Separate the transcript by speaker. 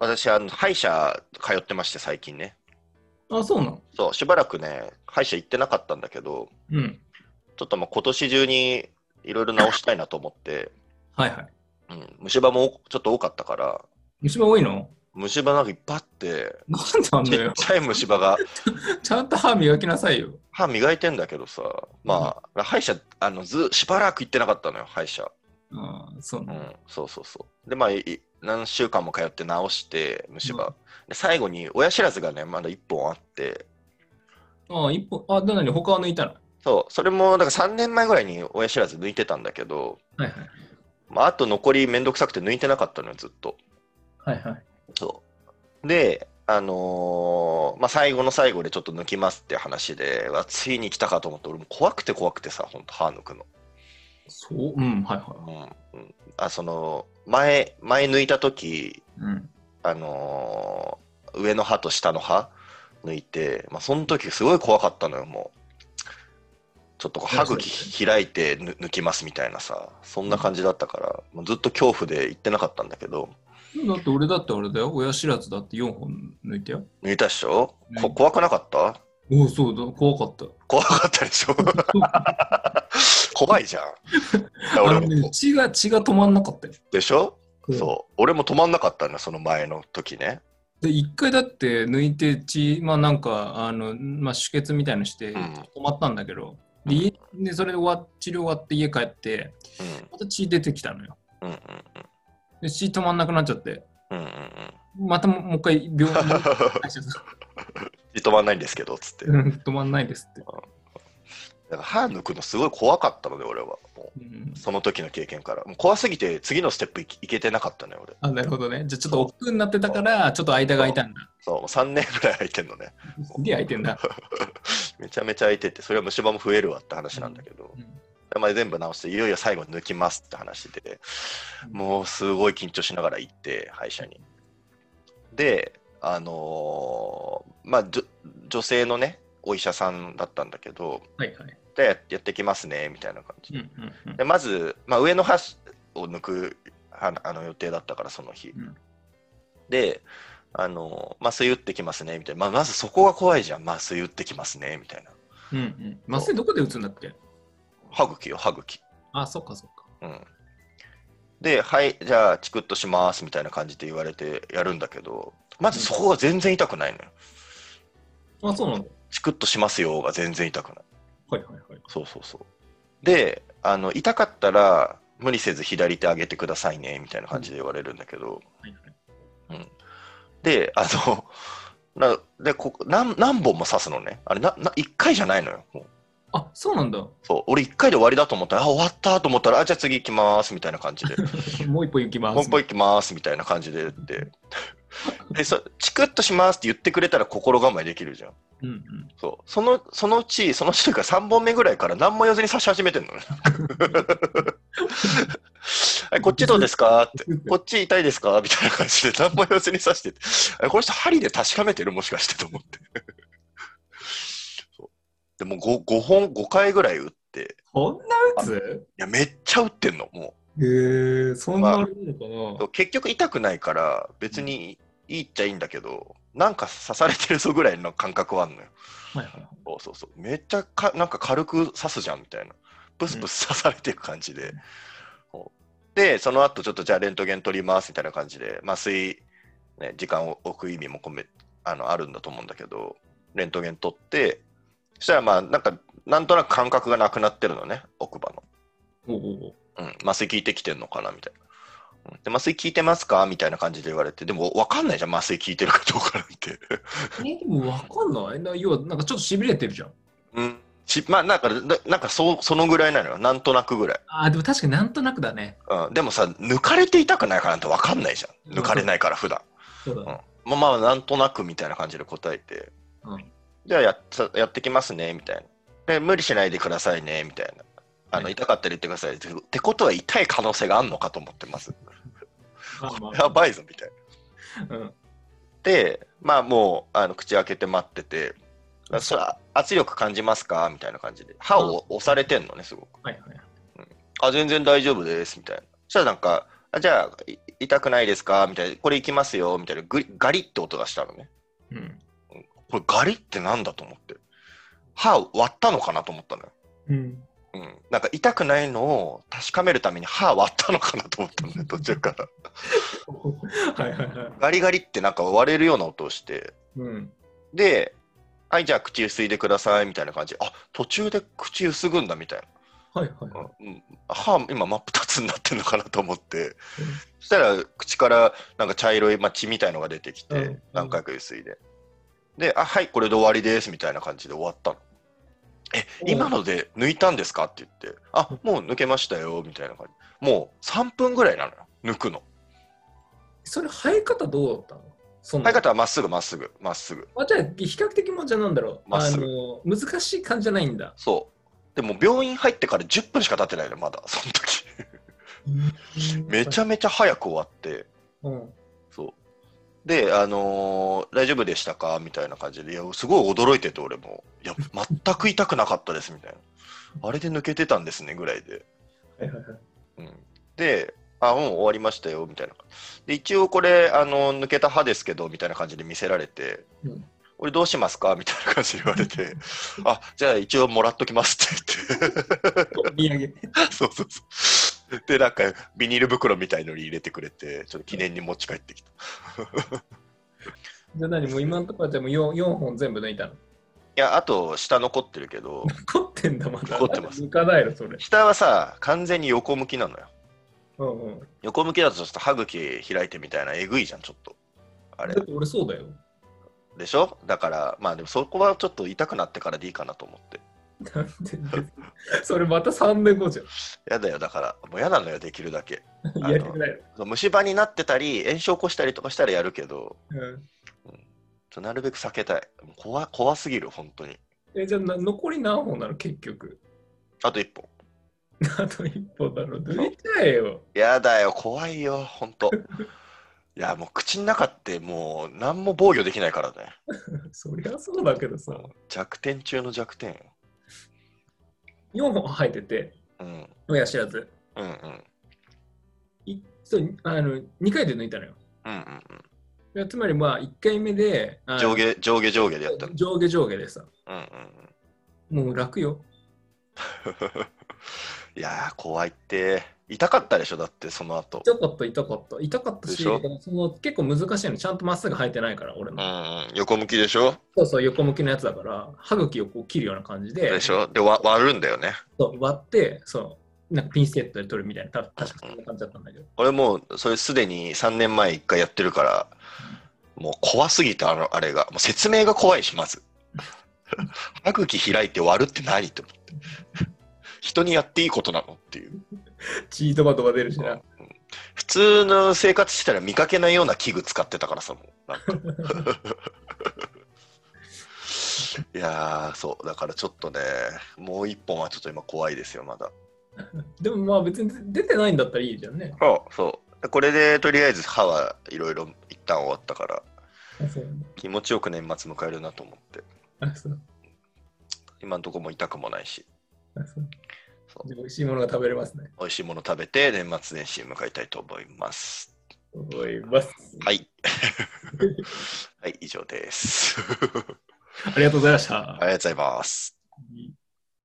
Speaker 1: 私、あの歯医者通ってまして、最近ね。
Speaker 2: あ、そうなの
Speaker 1: そう、しばらくね、歯医者行ってなかったんだけど、
Speaker 2: うん。
Speaker 1: ちょっともう今年中にいろいろ直したいなと思って、
Speaker 2: はいはい。
Speaker 1: うん、虫歯もちょっと多かったから、
Speaker 2: 虫歯多いの
Speaker 1: 虫歯なんかいっぱいあって、
Speaker 2: なんであん
Speaker 1: ち
Speaker 2: だ
Speaker 1: っ
Speaker 2: よ。
Speaker 1: ちゃい虫歯が、
Speaker 2: ちゃんと歯磨きなさいよ。
Speaker 1: 歯磨いてんだけどさ、まあ、歯医者、あのずしばらく行ってなかったのよ、歯医者。
Speaker 2: ああ、そう
Speaker 1: う
Speaker 2: なの。
Speaker 1: ん、そうそうそう。で、まあ、い何週間も通って直して、虫歯。
Speaker 2: うん
Speaker 1: で最後に親知らずがね、まだ1本あって、
Speaker 2: ああ、一本。あ、で、何他は抜いたの
Speaker 1: そう、それも、だから3年前ぐらいに親知らず抜いてたんだけど、
Speaker 2: はいはい。
Speaker 1: まあ、あと残りめんどくさくて抜いてなかったのよ、ずっと。
Speaker 2: はいはい。
Speaker 1: そう。で、あのーまあ、最後の最後でちょっと抜きますって話で、わついに来たかと思って、俺も怖くて怖くてさ、ほんと歯抜くの。
Speaker 2: そう、うん、はいは
Speaker 1: うん。うんあ、その、前、前抜いた時、
Speaker 2: い。うん。
Speaker 1: あのー上の歯と下の歯抜いて、まあ、その時すごい怖かったのよ、もう。ちょっとこう歯茎開いてぬ抜きますみたいなさ、そんな感じだったから、もうずっと恐怖で言ってなかったんだけど、
Speaker 2: だって俺だってあれだよ。親知らずだって4本抜いたよ。
Speaker 1: 抜いたっしょ、こ
Speaker 2: うん
Speaker 1: 怖くなかった
Speaker 2: おお、そうだ。怖かった。
Speaker 1: 怖かったでしょ怖いじゃん。
Speaker 2: あ
Speaker 1: 俺
Speaker 2: のね
Speaker 1: も
Speaker 2: 血が、血が止まんなかったよ。
Speaker 1: でしょ、そう。俺も止まんなかったんだ、その前の時ね。
Speaker 2: で、一回だって抜いて血、まあなんか、あの、まあ止血みたいのして、
Speaker 1: うん
Speaker 2: 止まったんだけど、で家で、それで終わっ治療終わって家帰って、また血出てきたのよ。
Speaker 1: うんうん
Speaker 2: で、血止まんなくなっちゃって、
Speaker 1: うんうんうんうん。
Speaker 2: またももう一回病院 に
Speaker 1: 止まんないんですけど、つって。
Speaker 2: うん止まんないですって。
Speaker 1: だから歯抜くのすごい怖かったので俺はも
Speaker 2: うん
Speaker 1: うその時の経験からもう怖すぎて次のステップいいけてなかったね俺
Speaker 2: あなるほどね。じゃあちょっと億劫になってたから、ちょっと間が空いたんだ。
Speaker 1: そうもう3年ぐらい空いてんのね
Speaker 2: すげえ空いてんだ。
Speaker 1: めちゃめちゃ空いててそれは虫歯も増えるわって話なんだけど、まあ、全部直していよいよ最後抜きますって話でもうすごい緊張しながら行って歯医者にであのーまあじょ女性のねお医者さんだったんだけど
Speaker 2: はいはい。
Speaker 1: じゃあややってきますねみたいな感じで
Speaker 2: うんうんうん
Speaker 1: でまず、まあ、上の歯を抜くあのあの予定だったからその日、
Speaker 2: うん
Speaker 1: であの麻酔打ってきますねみたいな、まあ、まずそこが怖いじゃん麻酔打ってきますねみたいな
Speaker 2: うんうん。麻酔どこで打つんだっけ
Speaker 1: 歯茎よ歯茎
Speaker 2: あ、そっかそっか。
Speaker 1: うんではいじゃあチクッとしますみたいな感じで言われてやるんだけどまずそこが全然痛くないのよ
Speaker 2: あ、そうなんだ。
Speaker 1: チクッとしますよが全然痛くない
Speaker 2: はいはいはい。
Speaker 1: そうそうそうであの痛かったら無理せず左手上げてくださいねみたいな感じで言われるんだけど、
Speaker 2: はいはい
Speaker 1: で、あの、なでこ何何本も刺すのね。あれなな、1回じゃないのよ。もう
Speaker 2: あ、そうなんだ。
Speaker 1: そう俺1回で終わりだと思ったら、あ、終わったと思ったら、あ、じゃあ次行きますみたいな感じで、
Speaker 2: もう一本行きます。
Speaker 1: もう一歩行きますみたいな感じでって。でそ、チクッとしますって言ってくれたら心構えできるじゃん。
Speaker 2: うんうん。
Speaker 1: そうそのそのうち、そのうちというか3本目ぐらいから何も言わずに刺し始めてんのね。はいこっちどうですかって、こっち痛いですかみたいな感じで何も言わずに刺してて、あれこの人、針で確かめてるもしかしてと思って。そうでも 5, 5本、5回ぐらい打って、
Speaker 2: こんな打つ
Speaker 1: いやめっちゃ打ってんの、も
Speaker 2: へえー、そんなあれなの
Speaker 1: う
Speaker 2: か
Speaker 1: そう。結局痛くないから、別にいいっちゃいいんだけど、なんか刺されてるぞぐらいの感覚はあんのよ。
Speaker 2: な。はいはいはい。
Speaker 1: そうそうそうめっちゃかなんか軽く刺すじゃんみたいなプスプス刺されていく感じで、そうでその後ちょっとじゃあレントゲン取りますみたいな感じで麻酔、ね、時間を置く意味も込めあのあるんだと思うんだけどレントゲン取ってそしたらまあなんかなんとなく感覚がなくなってるのね奥歯の、
Speaker 2: おうおう
Speaker 1: うん、麻酔効いてきてんのかなみたいな。うんで麻酔効いてますかみたいな感じで言われてでも分かんないじゃん麻酔効いてるかどうかなんて
Speaker 2: えーでもわかんないな。要は、なんかちょっと痺れてるじゃん。
Speaker 1: うん、しまあなんかななんかそうそのぐらいなのよなんとなくぐらい、
Speaker 2: あー、でも確かになんとなくだね。
Speaker 1: うん、でもさ抜かれて痛くないかなんて分かんないじゃん抜かれないから普段
Speaker 2: そうだね。
Speaker 1: まあまあなんとなくみたいな感じで答えて、
Speaker 2: うん
Speaker 1: じゃあやっさやってきますねみたいなで無理しないでくださいねみたいなあの
Speaker 2: はい
Speaker 1: 痛かったら言ってくださいってってことは痛い可能性があるのかと思ってます
Speaker 2: まあま
Speaker 1: やばいぞみたいな
Speaker 2: あうん
Speaker 1: でまあもうあの口開けて待っててそれ圧力感じますかみたいな感じで歯を押されてんのねすごく
Speaker 2: はいはい。
Speaker 1: あ、全然大丈夫です、みたいな。そしたらなんか、あじゃあ、い痛くないですかみたいな、これいきますよみたいな、ぐガリって音がしたのね。
Speaker 2: うん。
Speaker 1: これガリってなんだと思って。歯を割ったのかなと思ったのよ。
Speaker 2: うん。
Speaker 1: うん、なんか痛くないのを確かめるために歯割ったのかなと思ったのね、途中から。
Speaker 2: はいはいはい。
Speaker 1: ガリガリってなんか割れるような音をして、
Speaker 2: うん。
Speaker 1: で、はい、じゃあ口薄いでくださいみたいな感じ。あ、途中で口薄ぐんだみたいな。
Speaker 2: はいはいはい。
Speaker 1: うん、歯今真っ二つになってるのかなと思ってそしたら口からなんか茶色い、まあ、血みたいのが出てきて、
Speaker 2: うん
Speaker 1: 何回かゆすいでで「あはいこれで終わりです」みたいな感じで終わったの。え
Speaker 2: うん
Speaker 1: 今ので抜いたんですかって言って「あもう抜けましたよ」みたいな感じもう3分ぐらいなのよ抜くの
Speaker 2: それ生え方どうだったのその
Speaker 1: 生え方はまっすぐまっすぐまっすぐ
Speaker 2: あじゃあ比較的もうじゃあなんだろう
Speaker 1: まっ
Speaker 2: あ
Speaker 1: すぐ
Speaker 2: の難しい感じじゃないんだ。
Speaker 1: そうでも病院入ってから10分しか経ってないのまだその時めち
Speaker 2: ゃ、
Speaker 1: ゃめちゃ早く終わって
Speaker 2: うん、
Speaker 1: そう。で、あのー大丈夫でしたかみたいな感じで、いや、すごい驚いてて、俺も。いや、全く痛くなかったです、みたいな。あれで抜けてたんですね、ぐらいで。
Speaker 2: はいはいはい。
Speaker 1: うん、で、あ、もうん終わりましたよ、みたいな。で、一応これ、あの抜けた歯ですけど、みたいな感じで見せられて、
Speaker 2: うん
Speaker 1: 俺どうしますかみたいな感じで言われて、あ、じゃあ一応もらっときますって 言って。
Speaker 2: お土産。
Speaker 1: そうそうそう。で、なんか、ビニール袋みたいのに入れてくれて、ちょっと記念に持ち帰ってきた。
Speaker 2: じゃあ何もう今のところでも 4, 4本全部抜いたの。
Speaker 1: いや、あと、下残ってるけど、
Speaker 2: 残ってんだまだ。
Speaker 1: 残ってます
Speaker 2: 抜かないのそれ。
Speaker 1: 下はさ完全に横向きなのよ
Speaker 2: うんうん。
Speaker 1: 横向きだとちょっと歯茎開いてみたいなえぐいじゃんちょっとあれ
Speaker 2: だって俺そうだよ。
Speaker 1: でしょだからまあでもそこはちょっと痛くなってからでいいかなと思って
Speaker 2: なんでそれまた3年後じ
Speaker 1: やだよだからもうやなのよできるだけ
Speaker 2: ゃ
Speaker 1: あ
Speaker 2: ん。
Speaker 1: の
Speaker 2: やりたくない
Speaker 1: 虫歯になってたり炎症起こしたりとかしたらやるけど
Speaker 2: の。うん
Speaker 1: ちょなるべく避けたいもう怖怖すぎる本当に
Speaker 2: えじゃあな残り何本なの結局。
Speaker 1: あと一本
Speaker 2: あと1本なの。抜いちゃえよ。
Speaker 1: やだよ怖いよ本 当いやもう口の中ってもう何も防御できないからね
Speaker 2: そりゃそうだけどさ。
Speaker 1: 弱点中の弱点よ
Speaker 2: 4本生えてて、
Speaker 1: うん
Speaker 2: 親知らず。
Speaker 1: うんうん
Speaker 2: いそうあの2回で抜いたのよ。
Speaker 1: うんうんうん
Speaker 2: いやつまりまあ1回目であの
Speaker 1: 上下上下上下でやったの。
Speaker 2: 上下上下でさ。
Speaker 1: うんうん
Speaker 2: もう楽よ。
Speaker 1: うん、 いやー怖いって痛かったでしょだってその後。
Speaker 2: 痛かった痛かった痛かったし
Speaker 1: でしょ
Speaker 2: その結構難しいのちゃんとまっすぐ生えてないから俺
Speaker 1: う
Speaker 2: の、
Speaker 1: んうん、横向きでしょ
Speaker 2: そうそう横向きのやつだから歯茎をこう切るような感じで
Speaker 1: でしょでわ割るんだよね。
Speaker 2: そう割ってそうなんかピンセットで取るみたいなた確かそんな感じだった んだけど
Speaker 1: 俺もうそれすでに3年前1回やってるからもう怖すぎたあのあれがもう説明が怖いしまず。歯茎開いて割るって何って思って。人にやっていいことなのっていう。
Speaker 2: チートバトが出るしな
Speaker 1: うん普通の生活してたら見かけないような器具使ってたからさもうなんか いやーそうだからちょっとねもう一本はちょっと今怖いですよまだ
Speaker 2: でもまあ別に出てないんだったらいいじゃんね
Speaker 1: そうそうこれでとりあえず歯はいろいろ一旦終わったから
Speaker 2: あそうなんだ
Speaker 1: 気持ちよく年末迎えるなと思って
Speaker 2: あそう
Speaker 1: 今んとこも痛くもないし
Speaker 2: あそう
Speaker 1: そう
Speaker 2: で美味しいものが食べれますね
Speaker 1: 美味しいもの食べて年末年始迎えたいと思います
Speaker 2: 思います
Speaker 1: はい はい以上です
Speaker 2: ありがとうございました、
Speaker 1: ありがとうございます
Speaker 2: い